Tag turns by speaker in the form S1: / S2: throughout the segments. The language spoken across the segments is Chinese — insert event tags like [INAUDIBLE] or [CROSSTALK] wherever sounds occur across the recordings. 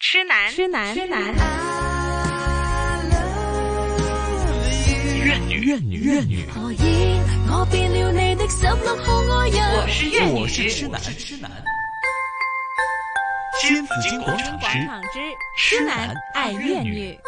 S1: 痴男，
S2: 痴男，
S1: 痴男，
S3: 怨女，怨女，怨女。
S4: 何以我變了你的十六號愛
S1: 我
S4: 人？
S1: 是怨女，
S3: 我是痴男，痴男。金紫荆广场
S2: 广
S3: 之
S2: 场之痴男爱怨女。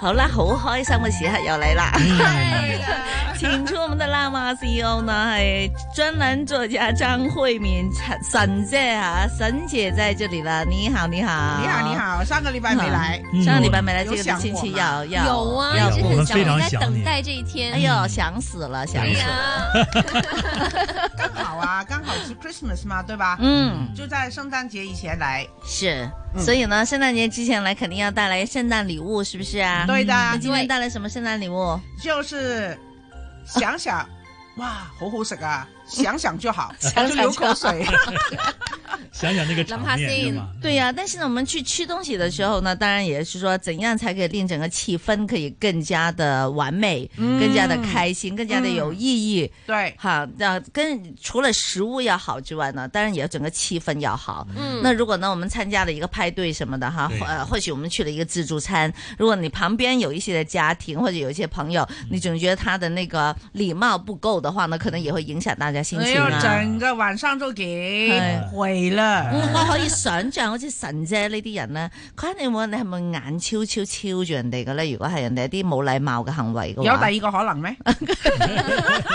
S2: 好啦，好開心嘅時刻又嚟啦！ [LAUGHS] 請出我們的辣媽 CEO 呢，係專欄作家張慧敏陳沈姐啊，沈姐在這裡了。你好，你好，
S5: 你好，你。好，上个礼拜没来，
S3: 嗯
S2: 上個禮拜沒來，
S5: 有
S2: 這個
S5: 想
S2: 星期
S5: 我
S2: 要
S5: 嗎
S2: 要
S4: 有啊，
S2: 要
S4: 一直
S6: 哎我
S4: 很
S6: 們
S4: 想，
S6: 非常
S4: 我在
S6: 想
S4: 等
S6: 你
S4: 待這一天。
S2: 哎呦，想死了，想
S4: 哎
S2: 死了。
S4: 呀，
S5: 刚好
S2: [LAUGHS]
S5: 啊，刚好是 Christmas 嘛，对吧？
S2: 嗯，
S5: 就在圣诞节以前来，
S2: 是，
S5: 嗯
S2: 所以呢，圣诞节之前来肯定要带来圣诞礼物，是不是啊？
S5: 对的，
S2: 那今天带来什么圣诞礼物？
S5: 就是想想，哇，好好食
S2: [LAUGHS]
S5: 啊，想想就好，
S2: 想
S5: 就
S2: 想
S5: 流
S2: 就好
S5: 口
S2: [LAUGHS]
S5: 水。
S6: 想想那个场面
S4: 林
S6: 对
S4: 柏
S6: 吗？
S2: 对呀、但是呢，我们去吃东西的时候呢，当然也是说，怎样才可以令整个气氛可以更加的完美，嗯更加的开心，更加的有意义。
S5: 对，
S2: 哈，那跟除了食物要好之外呢，当然也要整个气氛要好。
S4: 嗯，
S2: 那如果呢，我们参加了一个派对什么的哈
S6: 对，
S2: 呃，或许我们去了一个自助餐，如果你旁边有一些的家庭或者有一些朋友，你总觉得他的那个礼貌不够的话呢，可能也会影响大家心
S5: 哎
S2: 情
S5: 呦，
S2: 啊。
S5: 整个晚上都给
S2: 哎
S5: 毁了。
S2: 我我可以想象，好似神姐呢啲人咧，佢肯定會你係咪眼超超超住人哋嘅咧？如果係人哋一啲冇禮貌嘅行為嘅
S5: 有
S2: 話，
S5: 第二個可能咩？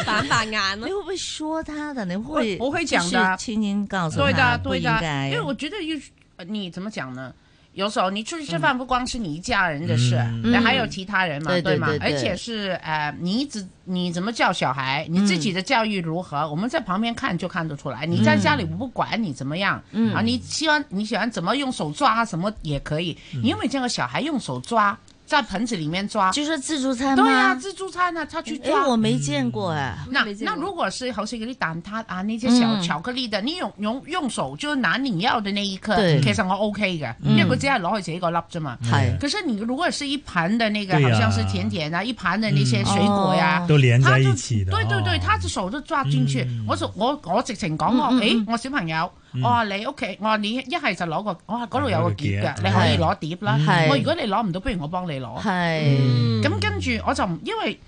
S4: 反白眼
S2: 你
S1: [LAUGHS]
S4: 咯
S2: 會。唔會說他的？你會
S5: 我我會講的
S2: 就是輕輕告訴他，
S5: 对的，
S2: 嗯不
S5: 对
S2: 應
S5: 的，
S2: 該
S5: 因为我觉得就是呃你怎么讲呢？有时候你出去吃饭，不光是你一家人的事，
S6: 嗯
S5: 那还有其他人嘛，
S2: 对对
S5: 吗
S2: 对？
S5: 而
S2: 对
S5: 且是呃，你怎你怎么教小孩，你自己的教育如何，我们在旁边看就看得出来。你在家里我不管你怎么样，
S2: 嗯
S5: 啊，你希望你喜欢怎么用手抓什么也可以。你有没有见过小孩用手抓在盆子里面抓？
S2: 就說自助餐
S5: 对呀，
S2: 呀，
S5: 自助餐啊呢，他去
S2: 哎，
S5: 抓。
S2: 我沒見過哎，
S5: 那
S4: 没见
S5: 那
S4: 过
S5: 如果是好似嗰啲蛋撻啊，呢啲小
S2: 嗯
S5: 巧克力的，你用用用手就拿你要的那一刻，
S2: 對
S5: 其實我 OK 嘅，
S2: 嗯
S5: 因為佢只係攞佢自己個粒啫嘛。
S2: 係
S5: 可是你如果是一盤的那個，
S6: 對
S5: 好
S6: 呀
S5: 像是甜點啊，一盤的那些
S6: 嗯
S5: 水果呀
S2: 哦，
S6: 都连
S5: 他
S6: 在
S5: 就
S6: 一起的。
S5: 對對對，
S6: 哦
S5: 他隻手都抓進去
S6: 嗯。
S5: 我就我我直情講我，
S2: 嗯嗯
S5: 誒我小朋友，我話你屋企，我話你一係就攞個，我話嗰度有個碟
S6: 有個碟
S5: 嘅，你
S2: 嗯
S5: 可以攞碟啦
S2: 係。
S5: 我如果你攞唔到，不如我幫你攞。
S2: 係
S5: 咁跟住我就唔因為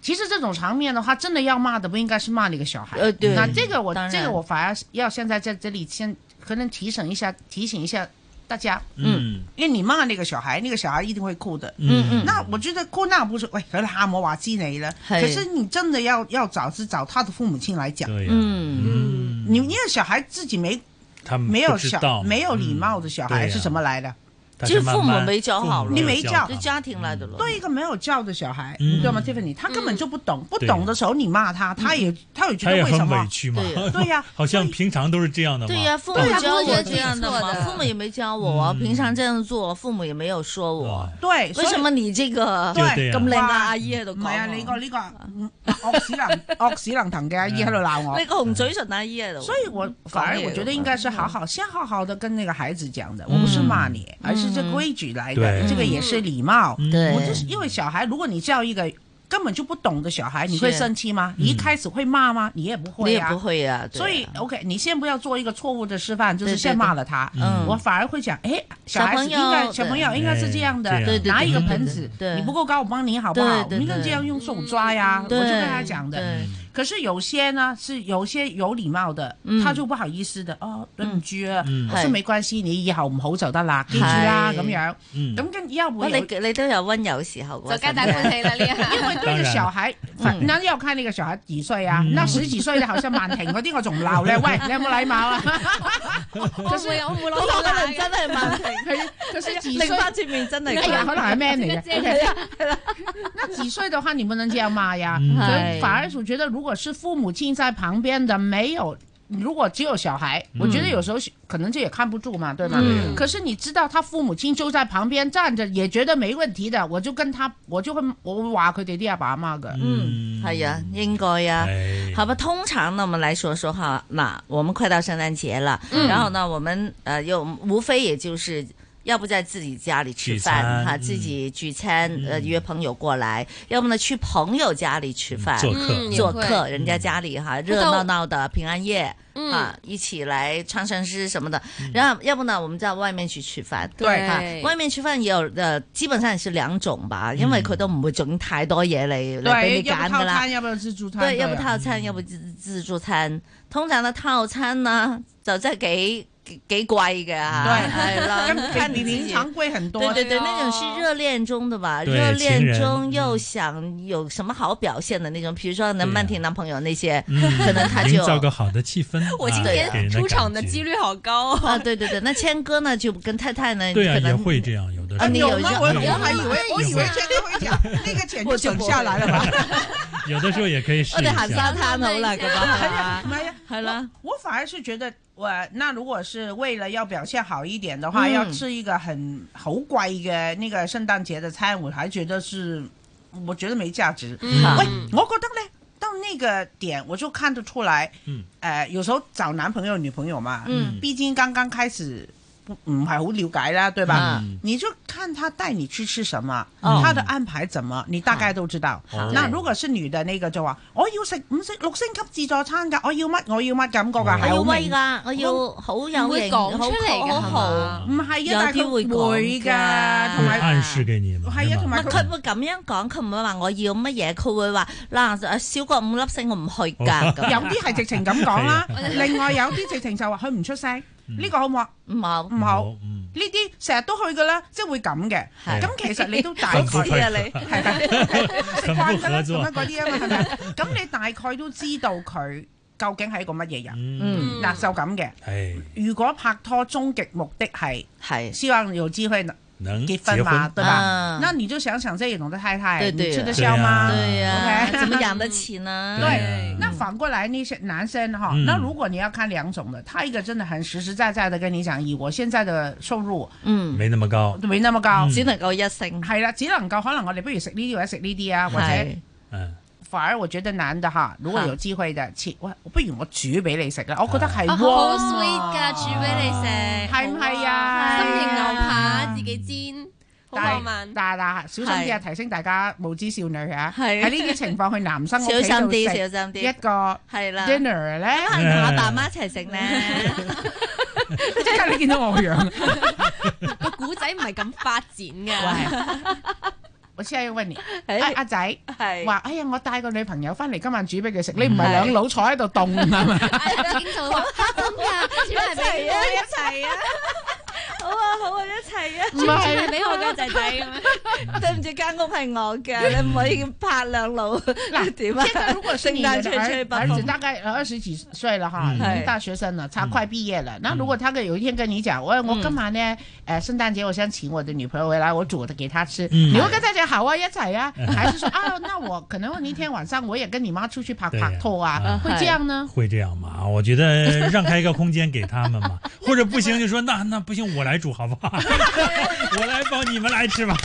S5: 其實這種場面的話，真的要罵的不應該是罵那個小孩。
S2: 呃對
S5: 那這個我
S2: 當然
S5: 這個我反而是要现在在這裡先可能提醒一下，提醒一下大家，
S6: 嗯
S5: 因為你罵那個小孩，那個小孩一定會哭的。
S2: 嗯嗯
S5: 那我覺得哭鬧不是，喂，佢喊我話知你啦。
S2: 係
S5: 可是你真的要要找是找他的父母親來講，
S6: 对呀，
S2: 嗯，
S6: 嗯
S5: 你因為小孩自己沒
S6: 他们
S5: 沒有
S6: 嗯不知
S5: 小
S6: 道嗯
S5: 沒有
S2: 嗯
S5: 禮貌的小孩是什么来的？
S6: 但
S2: 就是是
S6: 慢
S2: 父母
S6: 慢
S2: 沒教好了嗯
S6: 父母
S5: 你沒教
S2: 就家庭來的咯，
S5: 对一个没有教的小孩，
S6: 嗯
S5: 你知道吗，Tiffany？他根本就不懂，不
S6: 对
S5: 懂的时候你骂他，他也他也觉
S6: 他
S5: 得
S6: 也
S5: 为什
S6: 很
S5: 么
S6: 委？屈嘛 [LAUGHS]
S2: 对，
S5: 对呀
S6: 好像
S5: 所以
S6: 平常都是这样的嘛。
S2: 对呀，父母
S5: 对呀
S2: 教
S5: 不会
S2: 我
S5: 觉得
S2: 这
S5: 自己
S2: 樣的
S4: 错
S2: 嘛，
S4: 的
S2: 父母也沒教我啊，
S6: 嗯哦
S2: 平常這樣做，父母也沒有說我，
S5: 对，
S2: 為什
S5: 所以
S2: 麼你這個 [LAUGHS]
S6: 就對
S5: 對
S6: 呀
S2: 咁靚嘅
S5: 哇
S2: 阿姨喺度
S5: 唔
S2: 講
S5: 係啊，
S2: 我？
S5: 你個呢個嗯惡死能惡死能騰嘅阿姨喺度鬧我
S2: 那。个紅嘴唇阿姨喺度，
S5: 所以我反而我觉得应该是好好，先好好的跟那个孩子讲的，我
S6: 嗯
S5: 不是骂你，而是这规矩来的，
S6: 对
S5: 这个也是礼貌。
S6: 嗯
S2: 对
S5: 我就是因为小孩，如果你教一个根本就不懂的小孩，你会
S2: 是
S5: 生气吗？你一开始会骂吗？你也不
S2: 你
S5: 会
S2: 也
S5: 啊
S2: 不。会呀、对啊，
S5: 所以 OK，你先不要做一个错误的示范，就是
S2: 对对
S5: 先骂了他。
S2: 嗯，
S5: 我反而会讲，哎，
S2: 小
S5: 小孩
S2: 朋
S5: 子
S2: 友
S5: 应该小朋友
S6: 对
S5: 应该是这样的
S6: 哎，这
S2: 样
S5: 拿一个
S2: 对对
S5: 盆
S2: 对
S5: 子
S2: 对，
S5: 你不够高，我帮你好不好？
S2: 对对
S5: 你就
S2: 对
S5: 这样用手抓呀，我就
S2: 对
S5: 跟他讲的。
S2: 对，
S6: 嗯
S5: 可是有些呢是有些有礼貌的，
S2: 嗯
S5: 他就不好意思的，哦，对唔住啊，
S6: 嗯
S5: 我说
S2: 是
S5: 没关系，你以后唔好就得啦，記住啦
S2: 是
S5: 咁樣。
S6: 嗯，
S5: 咁跟要不
S2: 哇，
S5: 有
S2: 你你都有温柔時候
S4: 就
S2: 喎，
S4: 皆
S2: 真
S4: 大
S2: 係
S4: 歡喜啦呢一下，
S5: [LAUGHS] 因為對
S6: 當
S5: 個
S6: 然
S5: 小孩，反那要看那個小孩幾歲啊？那十幾歲的，好像曼婷嗰啲，我仲鬧咧。喂，你有冇禮貌啊？
S4: 我會我會攞
S2: [LAUGHS] 嗰個
S4: 到
S2: 可能真係慢停，
S5: 佢佢識幾
S2: 另
S5: 歲？
S2: 翻轉面真係
S5: 哎呀，可能係 man 嚟嘅。
S4: 即係
S5: 那几岁的话，你不能这样骂呀。
S6: 嗯
S5: 所
S2: 嗨
S5: 以反而我觉得，如果是父母亲在旁边的，没有，如果只有小孩，我觉得有时候可能这也看不住嘛，对吗？
S6: 嗯
S5: 可是你知道他父母亲就在旁边站着，也觉得没问题的，我就跟他，我就会我会话佢哋啲阿爸阿妈嘅。
S2: 嗯，係啊，應該啊。
S6: 哎
S2: 好吧，通常呢，我们来说说
S1: 嗯
S2: 哈，那我们快到圣诞节了，然后呢，我们呃，又无非也就是要不在自己家里吃饭
S6: 聚餐
S2: 哈，
S6: 嗯
S2: 自己聚餐，呃，约朋友过来；要不呢，去朋友家里吃饭，
S6: 做客
S1: 嗯也
S2: 做
S1: 会
S2: 客，人家家里哈热
S1: 到
S2: 闹闹的平安夜。
S1: 嗯
S2: 啊，一起来唱唱诗什么的，
S6: 嗯
S2: 然后要不呢，我们在外面去吃饭，
S1: 对
S2: 啊外面吃飯有呃，基本上是兩種吧，因
S6: 嗯
S2: 為佢都唔會整太多嘢嚟嚟俾
S5: 对，
S2: 你
S5: 要
S2: 揀
S5: 不套
S2: 噶啦
S5: 餐，。要不要自助餐？
S2: 對，要不
S5: 啊
S2: 套
S6: 嗯
S2: 餐，要不自自助餐。通常嘅套餐呢，就真係幾幾幾貴嘅嚇，
S6: 嗯
S5: 對
S2: 係啦，
S5: 跟
S2: 看
S5: 比
S2: 你
S5: 比
S2: 自
S5: 平
S2: 己。
S5: 常贵很多。
S2: 對對
S1: 對
S2: 對，
S1: 哦
S2: 那種是熱戀中的吧？
S6: 對
S2: 熱
S6: 情
S2: 戀
S6: 人
S2: 中
S6: 嗯
S2: 又想有什麼好表現的那種，比如說能曼婷男朋友那些
S6: 嗯，
S2: [LAUGHS] 可能他就
S6: 营造个好的气氛。
S1: 我今
S6: 啊给
S1: 天
S6: 人
S1: 出场的
S6: 感觉
S1: 几率好高啊！
S2: 啊，對對對。那谦哥呢，就跟太太呢，
S6: 嗯对啊，
S2: 可
S6: 也
S2: 能
S6: 会这样，有的时
S2: 啊
S6: 候
S2: 你
S5: 有
S2: 有
S5: 吗？
S2: 要
S5: 我
S6: 有
S5: 我还以为我以为真的会讲那个钱就省下来了吧？
S6: 有的时候也可以试
S2: [LAUGHS] 我
S6: 一
S2: 哋行
S6: 下。
S2: 哦沙灘好啦，咁
S6: [LAUGHS]
S2: 啊，
S5: 哎呀，
S2: 係啦。
S5: 我反而是觉得我那如果是为了要表现好一点的话，
S2: 嗯
S5: 要吃一个很好贵嘅那个圣诞节的餐，我还觉得是我觉得没价值。
S2: 嗯
S5: 喂，我觉得呢，到那个点我就看得出来，
S6: 嗯，
S5: 呃，有时候找男朋友女朋友嘛，
S2: 嗯
S5: 毕竟刚刚开始不唔系好了解啦，对吧？
S2: 嗯
S5: 你就看他带你去吃什么，
S2: 哦嗯
S5: 他的安排怎么，你大概都知道。
S2: 好
S5: 那如果是女的呢個就話，我要食五星六星級自助餐㗎，我要乜我要乜感覺㗎，
S6: 哎
S2: 我
S5: 係
S2: 要
S5: 好
S2: 威
S5: 明。
S6: 啊
S2: 噶，我要好
S1: 唔
S2: 有啊
S1: 會
S2: 型，
S1: 講
S2: 好
S1: 出嚟嘅
S2: 好
S1: 係嘛
S2: 豪。
S5: 唔係
S2: 有
S5: 啊，但係
S2: 啲會
S5: 佢會
S2: 講㗎
S5: 㗎，同
S6: 会
S5: 埋
S6: 暗示给你嘛，
S5: 係啊
S6: 是吧
S5: 同埋
S2: 唔係佢會咁樣講，佢唔會話我要乜嘢，佢會話嗱少過五粒星我唔去㗎。咁
S5: [LAUGHS] 有啲係直情咁講
S2: [LAUGHS]
S5: 啦
S6: 係
S1: 啊，
S5: 另外有啲直情就話佢唔出聲，
S2: 嗯
S5: 呢個好唔好？
S2: 唔好
S5: 唔好。呢
S6: 嗯，
S5: 啲成日都去㗎啦，即係會咁嘅。
S2: 係
S5: 咁其實
S2: [LAUGHS]
S5: 你都大概
S6: 不合
S5: 係
S6: 作
S2: 啊
S6: [LAUGHS]
S2: 你
S5: 啦，食慣㗎啦，
S6: 合作
S5: 咁樣嗰啲啊嘛，係咪？咁你大概都知道佢究竟係一個乜嘢人。
S6: 嗯，
S1: 嗯
S2: 嗯
S5: 嗱，就咁嘅。
S6: 哎，
S5: 如果拍拖終極目的係
S2: 係
S5: 希望有機會呢
S2: 嗯
S6: 能
S5: 結
S6: 结
S5: 婚嘛，對吧？
S2: 啊
S5: 那你就想想這種的太太，
S2: 對對
S5: 你吃得
S6: 对
S5: 消嗎？
S6: 啊
S2: 對呀，
S5: OK
S2: 怎麼養得起呢？
S5: 對
S6: 啊
S5: 那反過來那些男生哈，
S6: 嗯
S5: 那如果你要看兩種的，他一個真的很實實在在的跟你講，以我現在的收入
S2: 嗯，
S6: 没那么高，
S5: 沒那麼高，
S6: 嗯
S2: 只能夠一星。
S5: 係啦，只能夠可能我哋不如食呢啲或者食呢啲啊啊，或者
S2: 係
S6: 嗯，
S5: 反而我覺得男的哈，如果有機會的，切喂，不如我煮俾你食啦，我覺得係
S1: 啊
S5: 喎，
S1: 好 sweet 噶，煮俾你食，
S5: 係唔係
S1: 好
S5: 啊
S1: 心形牛扒自己煎，好
S5: 但
S1: 浪
S5: 係
S1: 漫。
S5: 但係小心啲啊！提升大家無知少女啊！
S2: 係
S5: 喺呢啲情況，去男生屋
S2: 小
S5: 企
S2: 心
S5: 度
S2: 啲，
S5: 食
S2: 小心
S5: 一
S2: 啲，
S5: 個
S2: 係啦。
S5: dinner 咧，
S2: 可能同我爸媽一齊食呢。
S5: [LAUGHS] 即刻你見到我個樣。啊
S1: 個古仔唔係咁發展嘅，
S5: 喂，我先要問你，阿
S2: 係
S5: 阿仔
S2: 係
S5: 話：哎呀，我帶個女朋友翻嚟，今晚煮俾佢食，你唔係兩老坐喺度凍啊嘛？
S1: 經常話嚇咁啊㗎，煮嚟俾
S2: 啊，一齊
S5: [LAUGHS]
S2: 啊！好啊，好啊，一齊啊！
S1: 煮嚟俾我嘅仔仔咁樣。
S5: 嗯
S2: 對唔住，間屋係我嘅，你唔可以拍兩
S5: [LAUGHS]
S2: 路。
S5: 嗱
S2: 點啊？
S5: 現在如果是你的
S2: 聖誕吹吹
S5: 兒
S2: 北
S5: 兒子嗯哎
S2: 風
S5: 大概呃二十幾歲了哈，
S6: 嗯
S5: 已經大學生了，他快畢業了。那如果他有一天跟你講，我我今晚呢，呃，聖誕節我想請我的女朋友回來，我煮的給她吃，
S6: 嗯
S5: 你會跟他講好啊，一齊啊，還是說 [LAUGHS] 啊，那我可能那天晚上我也跟你媽出去拍
S6: 對
S5: 拍拖啊
S6: 啊，
S5: 會這樣呢？
S6: 会这样嘛？我觉得让开一个空间给他们嘛，或者不行就说那那不行，我来煮好不好？ [LAUGHS] 我来包，你们来吃吧。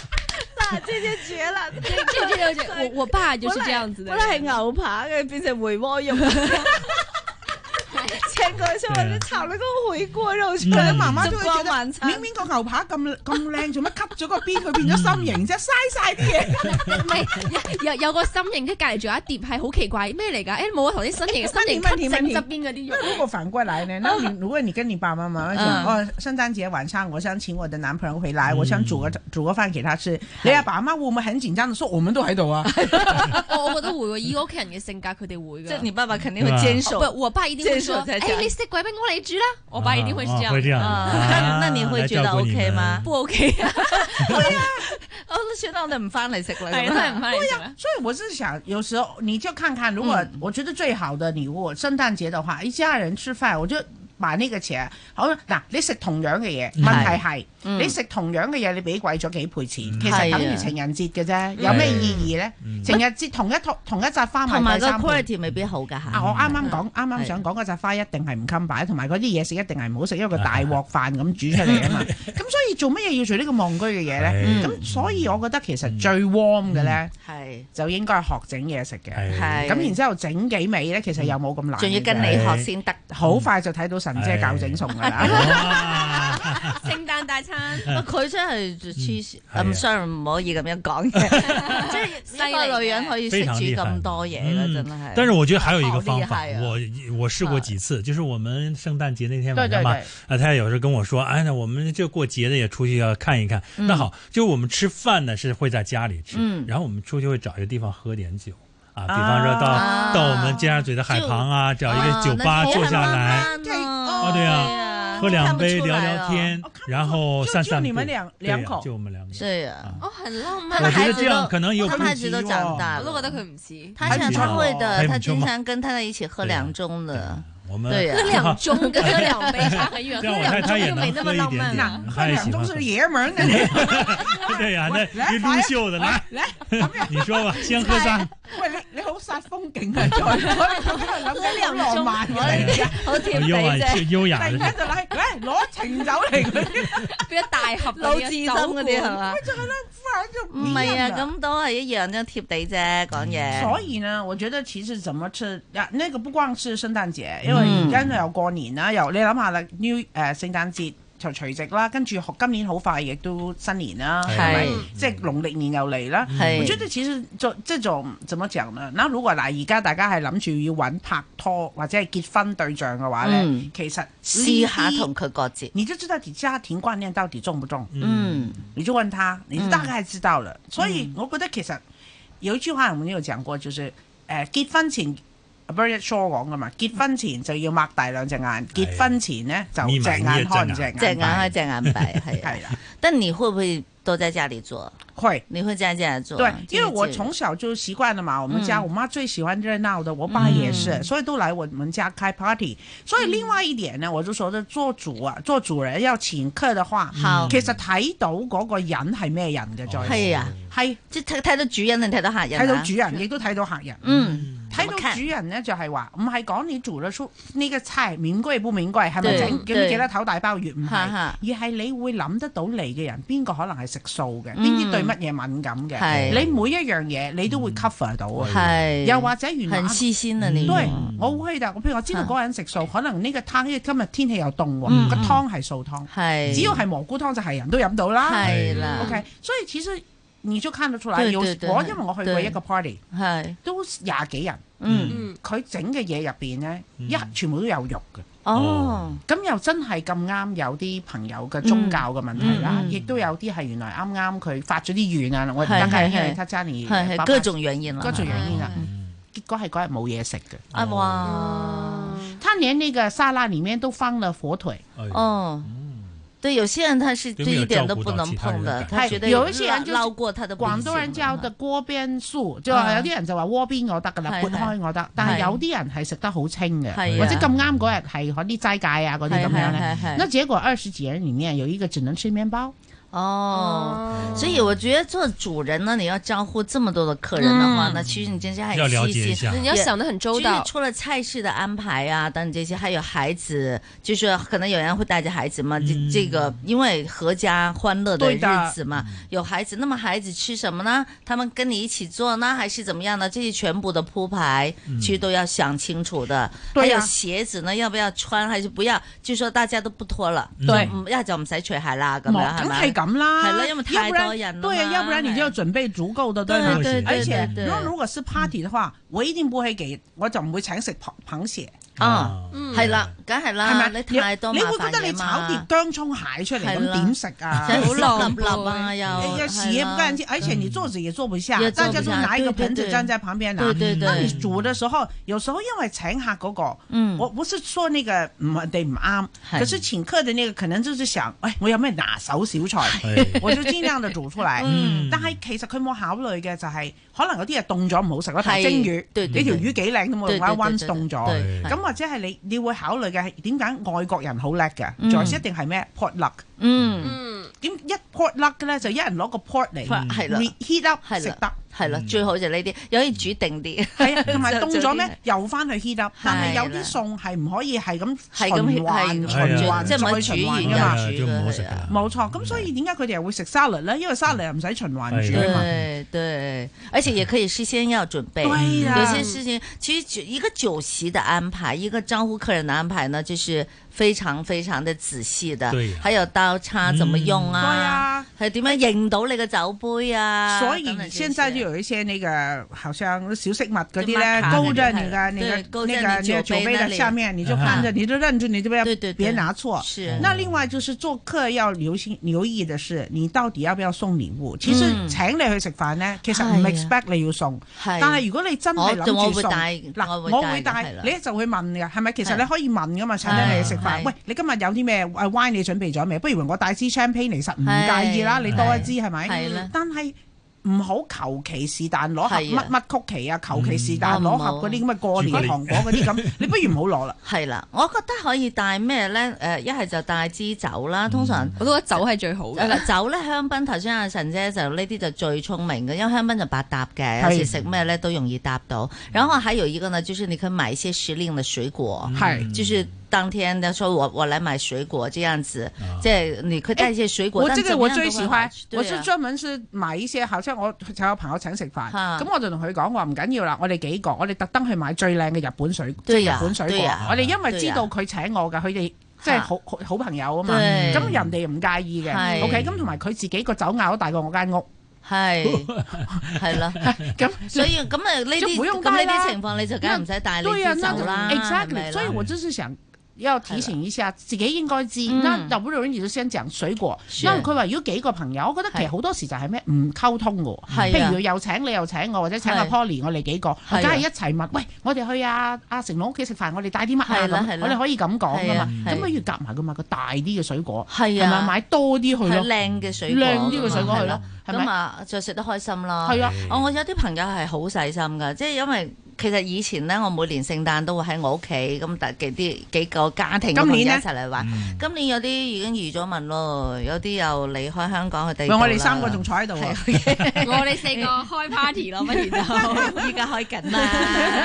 S2: 嗱，這就
S5: 啊
S2: 絕啦！
S1: 這這這就是我我爸就是這樣子的
S2: 本
S1: 人，
S2: 來係牛扒嘅，變成回鍋 [LAUGHS] 肉。前個月我就炒了個回鍋肉出
S6: 嗯
S5: 佢
S2: 來，
S5: 媽媽都
S2: 燭
S5: 會覺
S2: 光晚
S5: 得
S2: 餐
S5: 明。明個牛扒咁 [LAUGHS] 咁靚，做乜 cut 咗個邊佢變咗心
S6: 嗯
S5: 形啫？嘥晒啲嘢。
S1: 唔係有有個心形，跟住隔離仲有一碟係好奇怪咩嚟㗎？誒冇啊，頭先心形嘅心形
S5: 問題
S1: 吸
S5: 問
S1: 正
S5: 題
S1: 側邊嗰啲肉。
S5: 如果反過
S2: [LAUGHS]
S5: 來呢？那你如果你跟你爸爸媽媽講，
S2: 嗯
S5: 哦，聖誕節晚上我想請我的男朋友回來，
S6: 嗯
S5: 我想煮個煮個飯給他吃，你阿爸阿媽會唔會很緊張地說我們都喺
S2: [LAUGHS]
S5: 度啊？
S1: 我我覺得會喎，以我屋企人嘅性格，佢哋會
S2: 即係
S1: 㗎。
S2: 你爸爸肯定會堅
S1: 哦
S2: 守。
S1: 不，我爸一定會說：
S2: 這是我在
S1: 哎，
S2: 講
S1: 你食鬼俾我，你煮啦。我爸一定會是這
S6: 啊会
S1: 樣，
S6: 这样的。
S2: 啊
S6: 啊
S2: [LAUGHS] 那你会
S6: 来
S2: 觉得
S6: 照顾你
S2: OK [LAUGHS] 吗
S6: 们
S1: 不 OK 啊？
S2: 我都算啦，我哋唔翻嚟食啦。
S1: 係
S2: 咁
S1: 真
S2: 啊
S1: 係
S2: [LAUGHS]
S1: 唔翻嚟食啦。
S5: 所以我是想，有時候你就看看，如果
S2: 嗯
S5: 我覺得最好的禮物，聖誕節的話，一家人吃飯，我就買呢個錢。好啦嗱，你食同樣嘅嘢，問題係
S2: 嗯
S5: 你食同樣嘅嘢，你俾貴咗幾倍錢，其
S2: 係
S5: 實
S2: 啊
S5: 等於情人節嘅啫，有咩意義呢？
S6: 嗯
S5: 情人節同一套同一扎花咪
S2: 同埋
S5: 貴
S2: 個
S5: 三倍。
S2: quality 未必好㗎
S5: 啊！
S2: 嚇。
S5: 我啱啱講，啱啱
S2: 係
S5: 想講嗰扎花一定係唔襟擺，同埋嗰啲嘢食一定係唔好食，因為佢大鑊飯咁煮出嚟啊嘛。 [LAUGHS] 咁所以做乜嘢要做呢個望居嘅嘢呢？
S6: 嗯
S5: 咁所以我覺得其實最 warm 嘅呢，
S2: 係
S5: 就應該嗯係嗯學整嘢食嘅。
S6: 哎
S2: 係。
S5: 咁然之後整幾味呢，其實又冇咁難嘅啫。
S2: 仲要跟你學先得。
S5: 好快就睇到成神姐教整餸噶
S6: [LAUGHS]
S5: 啦。[LAUGHS]
S6: 哇
S1: 聖誕大餐
S2: 啊佢真係黐線，
S6: 嗯係啊
S2: 咁 sorry 唔可以咁樣講嘅，即係一個女人可以識煮咁多嘢啦，
S6: 嗯
S2: 真係。
S6: 但是我觉得还有一个方
S2: 好
S6: 法
S2: 厉害，啊
S6: 我我试过几次，就是我们圣诞节那天
S5: 对
S6: 晚
S5: 对
S6: 上嘛，
S5: 对，
S6: 啊，他有时候跟我说，哎，那我们这过节的也出去要看一看。那好，就是我们吃饭呢是会在家里吃，
S2: 嗯
S6: 然后我们出去会找一个地方喝点酒啊，比方说到、
S2: 啊
S6: 到我们尖沙咀的海旁啊，找一个
S2: 啊
S6: 酒吧
S2: 那
S6: 坐
S2: 很
S6: 下
S2: 浪
S6: 来，
S2: 漫
S5: 对
S2: 哦
S5: 哦
S6: 对啊
S2: 啊
S6: 喝两
S2: 看
S6: 杯
S2: 不出
S6: 聊
S2: 来
S6: 聊
S2: 哦
S6: 天
S5: 哦看，不
S6: 然
S5: 出
S6: 后
S5: 就
S6: 散
S5: 就
S6: 散
S5: 你
S6: 步
S5: 们两
S6: 对啊
S5: 两口
S6: 就我们两个人。
S2: 对啊，
S6: 啊
S1: 哦，很浪
S2: 他
S1: 漫
S6: 我
S2: 的
S6: 觉得
S2: 孩
S6: 这
S2: 子
S6: 样
S2: 都
S6: 可能有
S2: 他的孩子都长大
S1: 我都
S2: 了，
S1: 覺得佢唔似。
S2: 他演唱会的，
S6: 还
S2: 他
S6: 挺
S2: 经
S6: 好
S2: 常跟他在一起喝两盅的，
S6: 我们
S2: 对啊
S1: 喝。
S2: 呀
S1: 兩 [LAUGHS] 盅跟喝兩杯差很遠，
S6: [LAUGHS] 这样
S1: 喝
S6: 我太
S1: 兩
S6: 太啊
S1: 盅
S6: 也
S1: 就沒那
S6: 能喝
S1: 么
S6: 一
S1: 浪
S6: 点
S1: 漫
S6: 点
S1: 了。，
S5: 喝
S6: 她也
S5: 两
S6: 喜
S5: 盅
S6: 欢
S5: 是爷们儿呢。
S6: [LAUGHS] 喝。对呀，那
S5: 喂来
S6: 一
S5: 快
S6: 撸袖子来，
S5: 嚟
S6: [LAUGHS]
S5: 咁樣，
S6: 你说吧，先喝三，
S5: 喂你你好煞風景啊！再 [LAUGHS] 再諗緊好 [LAUGHS] 浪漫嘅你。
S6: [LAUGHS]
S2: 好甜
S6: 优雅啊优
S5: 突
S6: 雅
S5: 然
S6: 的。
S5: 間就嚟嚟攞情酒嚟嗰啲，
S1: 變咗大盒啊
S2: 老智深嗰啲啊係嘛？
S5: 忽
S2: 唔
S5: 然就
S2: 係啊，咁都係一樣啫，貼地啫，講嘢。
S6: 嗯
S5: 所以呢，我覺得其實怎麼吃，啊那個不光是聖誕節，因為而家又過年
S2: 嗯
S5: 啦，又你諗下啦，New 誒、呃、聖誕節就除夕啦，跟住今年好快亦都新年啦，係咪
S2: 係？嗯
S5: 即係農曆年又嚟
S6: 嗯
S5: 啦。
S2: 係
S5: 我覺得其實就即種怎麼講呢？嗱，如果嗱而家大家係諗住要揾拍拖或者係結婚對象嘅話呢，
S2: 嗯
S5: 其實呢
S2: 試
S5: 啲
S2: 下同佢割節。
S5: 你就知道你家庭觀念到底重不重。
S2: 嗯，
S5: 你就问他，你就大概知道了。所以我觉得其實有一句話我們有講過，就是誒、呃、結婚前 b e r t Shaw 講噶嘛，結婚前就要擘大兩隻
S2: 哎
S5: 眼，結婚前呢就
S6: 眯
S5: 隻
S6: 埋
S5: 眼
S6: 呢
S5: 開唔
S6: 一隻
S5: 隻
S6: 眼
S5: 眼閉，
S2: 嗯隻眼開隻眼閉，係啊。
S6: [LAUGHS]
S5: 係啦，
S2: 但你會不會都在家裡做？
S5: 會。
S2: 你會在家裡做
S5: 對
S2: 啊？，
S5: 因為我
S2: 這個
S5: 從小就習慣了嘛，我們家、
S2: 嗯
S5: 我媽最喜歡熱鬧的，我爸也是，
S2: 嗯
S5: 所以都來我們家開 party。所以另外一點呢，我就說的做主啊，做主人要請客的話，
S6: 嗯
S2: 好
S5: 其實睇到嗰個人係咩人嘅，再
S2: 係啊，
S5: 係
S2: 即係睇睇到主人定睇到客人啊？
S5: 睇到主人，亦都睇到客人。
S2: 嗯，
S5: 睇到主人咧就係話，唔係講你做得出呢個菜名貴不名貴，係咪
S2: 對
S5: 整幾
S2: 對
S5: 幾多頭大鮑魚？唔
S2: 哈
S5: 係，
S2: 哈，
S5: 而係你會諗得到嚟嘅人，邊個可能係食素嘅，
S2: 嗯
S5: 邊啲對乜嘢敏感嘅，
S2: 係嗯
S5: 你每一樣嘢你都會 cover 到啊。
S2: 係
S5: 又或者原來
S2: 很
S5: 啊
S2: 細心啊！你
S5: 對，我會去㗎。我譬如我知道嗰個人食素，可能呢個湯，因為今日天氣又凍
S2: 嗯
S5: 喎，個湯係素湯，
S2: 係
S5: 只要係蘑菇湯就係人都飲到啦。
S2: 係啦
S5: OK，所以其實你就看得出來，
S2: 對
S5: 有
S2: 對對
S5: 我因為我去過
S2: 對
S5: 一個 party，
S2: 係
S5: 都廿幾人。
S2: 嗯
S1: 嗯，
S5: 佢整嘅嘢入邊呢，
S6: 嗯
S5: 一全部都有肉嘅。
S2: 哦
S5: 咁又真係咁啱有啲朋友嘅宗教嘅問題啦
S2: 嗯嗯，嗯
S5: 亦都有啲係原來啱啱佢發咗啲願啊！我而家
S2: 係係
S5: 係因為他家裡
S2: 係係
S5: 爸爸
S2: 各種原因啦，
S5: 各種原因啊
S2: 嗯，
S5: 結果係嗰日冇嘢食嘅。
S2: 啊哇
S1: 嗯
S5: 他連那個沙拉裡面都放了火腿，
S6: 哦，嗯
S2: 哦。对，有些人他是
S6: 有
S2: 这
S6: 没有
S2: 一点
S6: 照
S2: 都
S6: 顾
S2: 不
S6: 到
S2: 能
S6: 其他人
S2: 碰
S6: 的
S2: 的，
S6: 感
S2: 他
S5: 受
S2: 觉得
S5: 有一些人就
S2: 绕过他的不
S5: 廣東人
S2: 行
S5: 教
S2: 了
S5: 嘅鍋邊素，即係話有啲人就話鍋邊我得㗎啦，
S2: 係
S5: 撥
S2: 係
S5: 開我得，但
S2: 係
S5: 係有啲人係食得好清嘅，
S2: 係啊
S5: 或者咁啱嗰日係嗰啲齋戒啊嗰啲咁
S2: 係
S5: 樣咧。
S2: 係係
S5: 那
S2: 係
S5: 結果二十幾人裡面有一個只能吃麵包。
S2: 哦。
S1: 哦
S5: 嗯
S2: 所以我觉得做主人呢，你要招呼这么多的客人的话，
S5: 嗯
S2: 那其实你真是很
S6: 要了
S2: 细
S6: 解一
S2: 心。
S6: 下。
S1: 你要想得很周
S2: 其实
S1: 到，
S2: 除了菜式的安排啊，等等这些，还有孩子，就是可能有人会带着孩子嘛，这、
S6: 嗯
S2: 这个因为合家欢乐的
S5: 对
S2: 日
S5: 的
S2: 子嘛，有孩子，那么孩子吃什么呢？他们跟你一起做呢，还是怎么样呢？这些全部的铺排，其实都要想清楚的。
S5: 嗯对
S2: 还有
S5: 呀
S2: 鞋子呢，要不要穿，还是不要？就说大家都不脱了，
S5: 對
S2: 嗯一就唔使除鞋啦，咁
S5: 冇
S2: 样系咪
S5: 哦梗係？咁啦，
S2: 係啦因為太多人啦
S5: 要不
S2: 嘛
S5: 然对，要不然你就要準備足夠的，對
S2: 对
S5: 嗎？
S2: 对
S5: 而
S2: 对
S5: 且
S2: 对，对
S5: 如果如果是 party 的
S2: 嗯
S5: 話，我一定不會給，我就唔會請食螃螃蟹，
S2: 啊，
S1: 嗯
S2: 系啦，梗系啦，
S5: 係
S2: 啊你
S5: 咪？
S2: 太多
S5: 你
S2: 麻
S5: 會覺
S2: 煩
S5: 得你
S2: 嘢
S5: 炒碟
S2: 嘛，
S5: 姜葱蟹出嚟
S2: 係
S5: 咁
S2: 啦
S5: 點食啊？
S1: 真係
S2: 好
S1: 浪
S2: 立立
S5: 哎
S2: 啊，又
S5: 要洗也不
S2: 係啦嗯
S5: 乾淨，而且你坐着也坐不下
S2: 也，坐
S5: 大
S2: 不下
S5: 家都拿一個
S2: 對對
S5: 盆子
S2: 對
S5: 站在旁邊拿啊
S2: 对。对
S5: 那你
S2: 对，
S5: 煮的時候，有時候因為請客嗰個，
S2: 嗯，
S5: 我不是說那個唔對唔啱，
S2: 係
S5: 可是請客的那個可能就是想，哎，我有咩拿手小
S2: [LAUGHS]
S5: 菜，
S6: 哎
S5: 我就盡量就煮出來。
S6: 嗯
S5: 但係其實佢冇考慮嘅就係、可能有啲嘢凍咗唔好食咯，
S2: 係
S5: 譬如蒸魚，
S2: 對對
S5: 你條魚幾靚都冇
S2: 對
S5: 用啦，
S2: 對
S5: 温
S2: 對對
S5: 凍咗。
S2: 對
S6: 咁
S5: 咁或者係你，你會考慮嘅係點解外國人好叻嘅
S2: 嗯，
S5: 在一定係咩 potluck，
S2: 嗯
S1: 嗯，
S5: 點一 pot luck 嘅咧，就一人攞個 pot 嚟
S2: 嗯係啦
S5: heat up
S2: 係
S5: 食
S2: 啦
S5: 得。
S2: 係啦，最好就呢啲，有啲煮定啲， [LAUGHS]
S5: 係啊，同埋
S2: 就
S5: 凍咗咧，又翻去 heat up。但係有
S2: 係啦
S5: 啲餸係唔可以係咁
S2: 係咁
S5: 循環、
S2: 係
S5: 循
S6: 係
S5: 環
S6: 啊
S2: 即係唔可以
S5: 再
S2: 煮
S5: 循
S2: 完
S5: 環
S6: 係
S5: 㗎嘛。
S6: 啊
S2: 煮
S6: 就唔好
S2: 嘅
S6: 食
S2: 係啊
S6: 啦。
S5: 冇錯，咁所以點解佢哋又會食沙律咧？因為沙律係唔使循環
S2: [LAUGHS]
S5: 煮啊嘛。
S2: 对对，而且也可以事先要准备。
S5: 对呀
S2: 有些事情其实酒一个酒席的安排，一个招呼客人的安排呢，就是非常非常的仔细的。
S6: 对呀
S2: 还有刀叉怎么用
S5: 對
S2: 啊？
S5: 啊，
S2: 还有点样认到你嘅酒杯啊？
S5: 所
S2: 等等这些
S5: 以現在就有一些那個好像小食物嗰啲
S2: 就抹
S5: 咧，
S2: 茶
S5: 勾
S2: 嗰啲
S5: 在
S2: 係
S5: 你
S2: 啦
S5: 的那
S2: 對勾
S5: 個
S2: 在
S5: 那
S2: 你酒
S5: 個那個酒
S2: 杯
S5: 杯
S2: 那
S5: 的
S2: 里
S5: 下面，你就看着，你就认住，你就不要
S2: 对对对
S5: 别拿错。
S2: 是
S5: 那另外就是做客要留心留意的是，你到底要不要送禮物？其實
S2: 嗯
S5: 請你去食飯咧，其實唔
S2: 係啊
S5: expect 你要送，
S2: 系，
S5: 但係如果你真係諗
S2: 哦我我
S5: 住
S2: 會
S5: 送，
S2: 帶
S5: 嗱，
S2: 我會
S5: 我
S2: 帶
S5: 會
S2: 嘅
S5: 帶
S2: 係啦
S5: 你就會問嘅，係咪？其實
S2: 係
S5: 你可以問噶嘛，請得你去食
S2: 係
S5: 飯，
S2: 係
S5: 喂，你今日有啲咩誒 wine 你準備咗未？不如我帶支 champagne 嚟，實唔
S2: 係
S5: 介意啦，你多一支係咪？
S2: 係啦
S5: 但係。唔好求其是但攞盒
S2: 係啊
S5: 乜乜曲奇啊，求其是但
S2: 嗯
S5: 攞盒嗰啲咁嘅過年糖果嗰
S2: [LAUGHS]
S5: 啲咁，你不如唔好攞啦。
S2: 系啦，我覺得可以帶咩咧？诶、一係就帶支酒
S5: 嗯
S2: 啦，通常。
S1: 我都覺得酒係最好
S2: 誒
S1: 嘅。
S2: 嗱酒咧香檳，頭先阿神姐就呢啲就最聰明嘅，因為香檳就百搭嘅，有
S5: 係嗯
S2: 時食咩咧都容易搭到。然後還有一個呢，就是你可以買一些時令的水果，
S5: 係
S6: 嗯
S2: 就是當天的說我我來買水果這樣子
S6: 啊，
S2: 即係你可以帶一些水果。
S5: 我
S2: 但
S5: 这个
S2: 怎麼
S5: 我
S2: 樣
S5: 最
S2: 都會
S5: 喜
S2: 好
S5: 歡，
S2: 吃
S5: 我
S2: 對
S5: 是
S2: 啊
S5: 專門是買一些好，即係我就有朋友請食飯，
S2: 嚇
S5: 咁我就同佢講話唔緊要啦，我哋幾個，我哋特登去買最靚嘅日本水，即
S2: 對
S5: 係
S2: 呀
S5: 日本水
S2: 對啊
S5: 果
S2: 呀。
S5: 啊我哋因為
S2: 對呀
S5: 知道佢請我㗎，佢哋即
S2: 嚇
S5: 係好好好朋友啊嘛，
S2: 啊對
S5: 咁人哋唔介意嘅
S2: 係
S5: ，OK，咁同埋佢自己個酒咬都大過我間屋，
S2: [LAUGHS]
S5: [LAUGHS]
S2: 係係啦，
S5: 咁
S2: 所以咁啊呢
S5: 就
S2: 啲
S5: 不用
S2: 咁呢
S5: 帶啦
S2: 啲情況你就梗係唔使帶你
S5: 對呀，
S2: 支
S5: 那
S2: 酒啦係咪
S5: exactly，所以
S2: 啦
S5: 我就是想。要提醒一下，自己應該知。
S2: 嗯
S5: 那有不容易就先講水果。
S2: 是
S5: 因為佢話如果幾個朋友，我覺得其
S2: 係
S5: 實好多時就係咩唔溝通嘅喎。
S2: 係啊
S5: 譬如又請你又請我，或者請阿
S2: 係
S5: Poly，我哋幾個，
S2: 啊
S5: 梗係一齊問，喂，我哋去啊阿成龍屋企食飯，我哋帶啲乜
S2: 係
S5: 啊
S2: 啦係
S5: 咁，
S2: 啦
S5: 我哋可以咁講噶
S2: 係
S5: 嘛
S2: 啊。係
S5: 咁不如夾埋佢買個大啲嘅水果，
S2: 係
S5: 係咪
S2: 啊，
S5: 買多啲去
S2: 係
S5: 咯，
S2: 靚嘅水果㗎嘛，
S5: 靚啲嘅水果去
S2: 係啦
S5: 咯，係
S2: 咁
S5: 咪？
S2: 啊，就食得開心啦。
S6: 哎
S5: 係啊，
S2: 哦，我有啲朋友係好細心㗎，即係因為其實以前咧，我每年聖誕都會喺我屋企咁，特幾啲幾個家庭嘅
S5: 今
S2: 朋友一
S5: 年呢
S2: 齊嚟玩。
S6: 嗯
S2: 今年有啲已經預咗問咯，有啲又離開香港去第二
S5: 喂，
S2: 度啦
S5: 我哋三個仲坐喺度啊
S2: 係。
S1: [LAUGHS] 我哋四個開 party 咯，不如就。
S2: 依家開緊啦，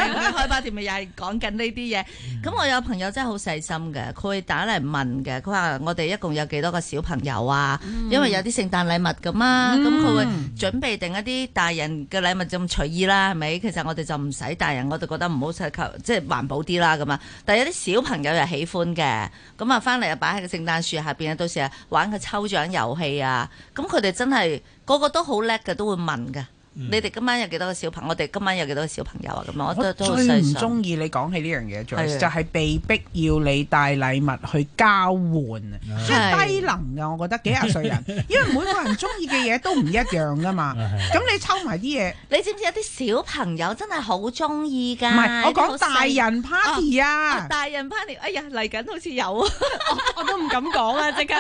S2: 咁樣開 party 咪又係講緊呢啲嘢。咁我有朋友真係好細心嘅，佢會打嚟問嘅，佢話我哋一共有幾多個小朋友啊？因為有啲聖誕禮物噶嘛，咁佢會準備定一啲大人嘅禮物就咁隨意啦，係咪？其實我哋就唔使大人，我哋覺得唔好使求，即係環保啲啦咁啊。但係有啲小朋友又喜歡嘅，咁啊翻嚟又擺喺個聖誕樹下邊，到時啊玩個抽獎遊戲啊，咁佢哋真係個個都好叻嘅，都會問嘅。
S5: 嗯
S2: 你哋今晚有幾多個小朋友？我哋今晚有幾多個小朋友啊？咁啊，我都
S5: 我
S2: 都好
S5: 最
S2: 細
S5: 唔
S2: 心。
S5: 中意你講起呢樣嘢
S2: 係啊
S5: ，Joyce，就係被逼要你帶禮物去交換啊，所
S2: 係
S5: 以低能噶，我覺得幾廿歲人，
S2: [LAUGHS]
S5: 因為每個人中意嘅嘢都唔一樣噶嘛。
S6: 哎
S5: 咁你抽埋啲嘢，
S2: 你知唔知有啲小朋友真係好中意㗎？
S5: 唔係我
S2: 都好
S5: 講
S2: 細
S5: 大人 party
S2: 啊
S5: 啊，
S2: 大人 party，哎呀嚟緊好似有啊！
S1: [LAUGHS] 我都唔敢講啦，即刻。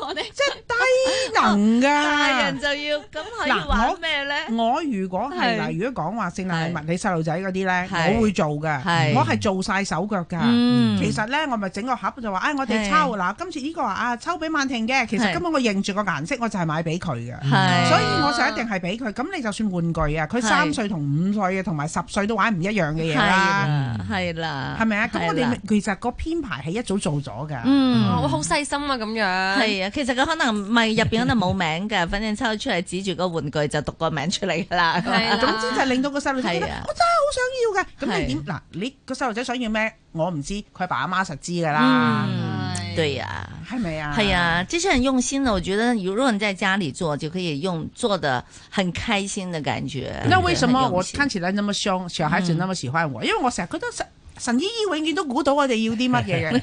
S1: 我哋
S5: 即係低能
S2: 哦大
S5: 噶
S2: 人。就要咁可以
S5: 嗱我
S2: 玩咩咧？
S5: [LAUGHS] 我如果係
S2: 係
S5: 嗱，如果講話聖誕禮
S2: 係
S5: 物，你細路仔嗰啲
S2: 係
S5: 咧，我會做嘅
S2: 係，
S5: 我係做晒手腳㗎。
S2: 嗯
S5: 其實咧，我咪整個盒就話，哎唉，我
S2: 係
S5: 哋抽嗱，今次呢個話啊，抽俾曼婷嘅。其
S2: 係
S5: 實根本我認住個顏色，我就係買俾佢嘅。
S2: 係，
S5: 所以我就一定係俾佢。咁你就算玩具啊，佢
S2: 係
S5: 三歲同五歲嘅同埋十歲都玩唔一樣嘅嘢
S2: 係
S5: 啦，
S2: 啦，
S5: 嗯
S2: 係啦，
S5: 係咪啊？咁我
S2: 係
S5: 哋
S2: 啦
S5: 咪其實個編排係一早做咗㗎。
S2: 嗯。
S1: [LAUGHS] 我好細心啊，咁樣。
S2: 係啊，其實佢可能唔係入邊可能冇名嘅， [LAUGHS] 反正抽出嚟指住個玩具就讀個名出嚟㗎啦。 [LAUGHS]
S1: 係啦
S5: 總之就令到個細路仔覺得
S2: 係啊
S5: 我真係好想要㗎。咁你點嗱？你個細路仔想要咩？我唔知，佢爸阿媽實知㗎啦，
S2: 嗯，對呀、
S5: 係咪啊？
S2: 哎呀，这是很用心的。我觉得，如果你在家里做，就可以用做的很开心的感觉。
S5: 那為什麼
S2: 很用
S5: 我
S2: 心
S5: 看起來那麼
S2: 嗯
S5: 凶，小孩子那麼喜歡我？因為我成日覺得神神醫醫永遠都估到我哋要啲乜嘢
S2: [LAUGHS]
S5: 嘅。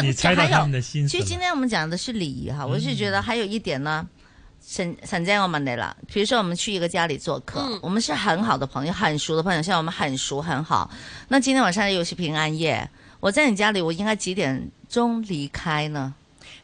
S6: 你猜到他们的心思
S2: 其实今
S6: 了。
S2: 天我们讲的是礼仪
S5: 嗯
S2: 哈，我是觉得还有一点呢，沈沈姐我们得了，比如说我们去一个家里做客，
S1: 嗯
S2: 我们是很好的朋友，很熟的朋友，像我们很熟很好。那今天晚上又是平安夜，我在你家里，我应该几点钟离开呢？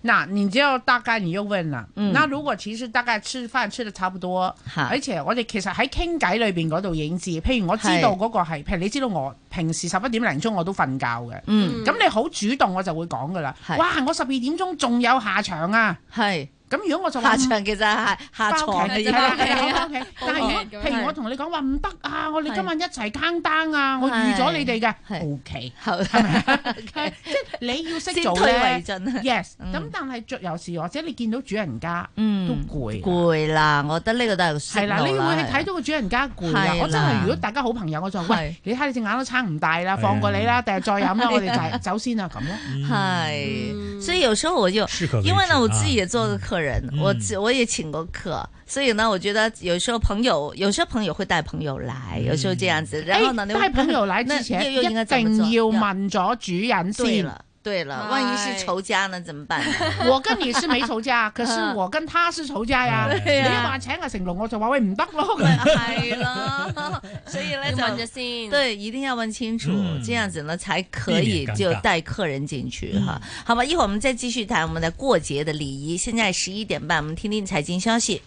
S5: 那你就大概你又問啦，
S2: 嗯啊
S5: 那如果其實大概吃飯吃得差不多，
S2: 嚇
S5: 而且我哋其實喺傾偈裏邊嗰度影字，譬如我知道嗰個係，譬如你知道我平時十一點零鐘我都瞓覺嘅，
S2: 嗯，
S5: 咁你好主動我就會講噶啦
S2: 係，
S5: 哇！我十二點鐘仲有下場啊，
S2: 係
S5: 咁如果我就
S2: 下
S5: 話
S2: 場其實係下
S5: 翻屋
S2: 床
S5: 企
S2: 嘅
S5: 係
S1: 翻
S5: 啦
S1: 屋企
S5: 係啦，翻屋企。
S1: 翻
S5: 但係
S1: 屋企
S5: 如
S1: 咁
S5: 果譬
S2: 係
S5: 如我同你講話唔得啊，我哋
S2: 係
S5: 今晚一齊 count down 啊，我
S2: 係
S5: 預咗你哋嘅
S2: 係
S5: ，O K，
S2: [LAUGHS] 好
S5: [LAUGHS] 即係你要識
S2: 先
S5: 做
S2: 推
S5: 咧
S2: 為進。
S5: ，yes。
S2: 嗯
S5: 咁但係著有時或者你見到主人家都
S2: 嗯，
S5: 攰，啊
S2: 攰啦，我覺得呢個都係個
S5: 係啦，
S2: 信
S5: 你
S2: 號啦
S5: 會係睇到個主人家攰啦
S2: 係。啦
S5: 我真係如果大家好朋友，我就話
S2: 係
S5: 喂，你睇你隻眼都撐唔大
S6: 係啊
S5: 啦，放過你啦，第日再飲啦，我哋就走先啦咁咯。
S6: 嗯
S5: 嗯
S2: 係，所以有時候我就
S6: 适可为
S2: 因为
S6: 止
S2: 呢，我自己
S6: 啊
S2: 也做过客人，
S6: 嗯
S2: 我自我也请过客，所以呢，我觉得有时候朋友，有时候朋友会带朋友来，
S6: 嗯
S2: 有时候这样子，
S6: 哎
S2: 然后呢，
S5: 誒
S2: 你
S5: 帶朋友嚟
S2: 那
S5: 之前，
S2: 又又
S5: 一定
S2: 應
S5: 要
S2: 該怎麼做
S5: 問咗主人
S2: 对
S5: 先。
S2: 了对了，万一是仇家呢，怎么办？
S6: [LAUGHS]
S5: [LAUGHS] 我跟你是沒吵架，可是我跟他是吵架呀。
S6: 對
S5: 你
S2: 啊
S5: 話請阿成龍，我就話喂唔得咯。
S2: [LAUGHS] 系咯，所以呢，
S1: 你嗯問咗
S2: 就
S1: 先。
S2: 对，一定要问清楚，
S6: 嗯
S2: 这样子呢才可
S6: 避
S2: 以
S6: 免尴
S2: 就
S6: 尬
S2: 带客人进去哈。
S6: 嗯
S2: 好吧，一会儿我们再继续谈我们的过节的礼仪。现在十一点半，我们听听财经消息。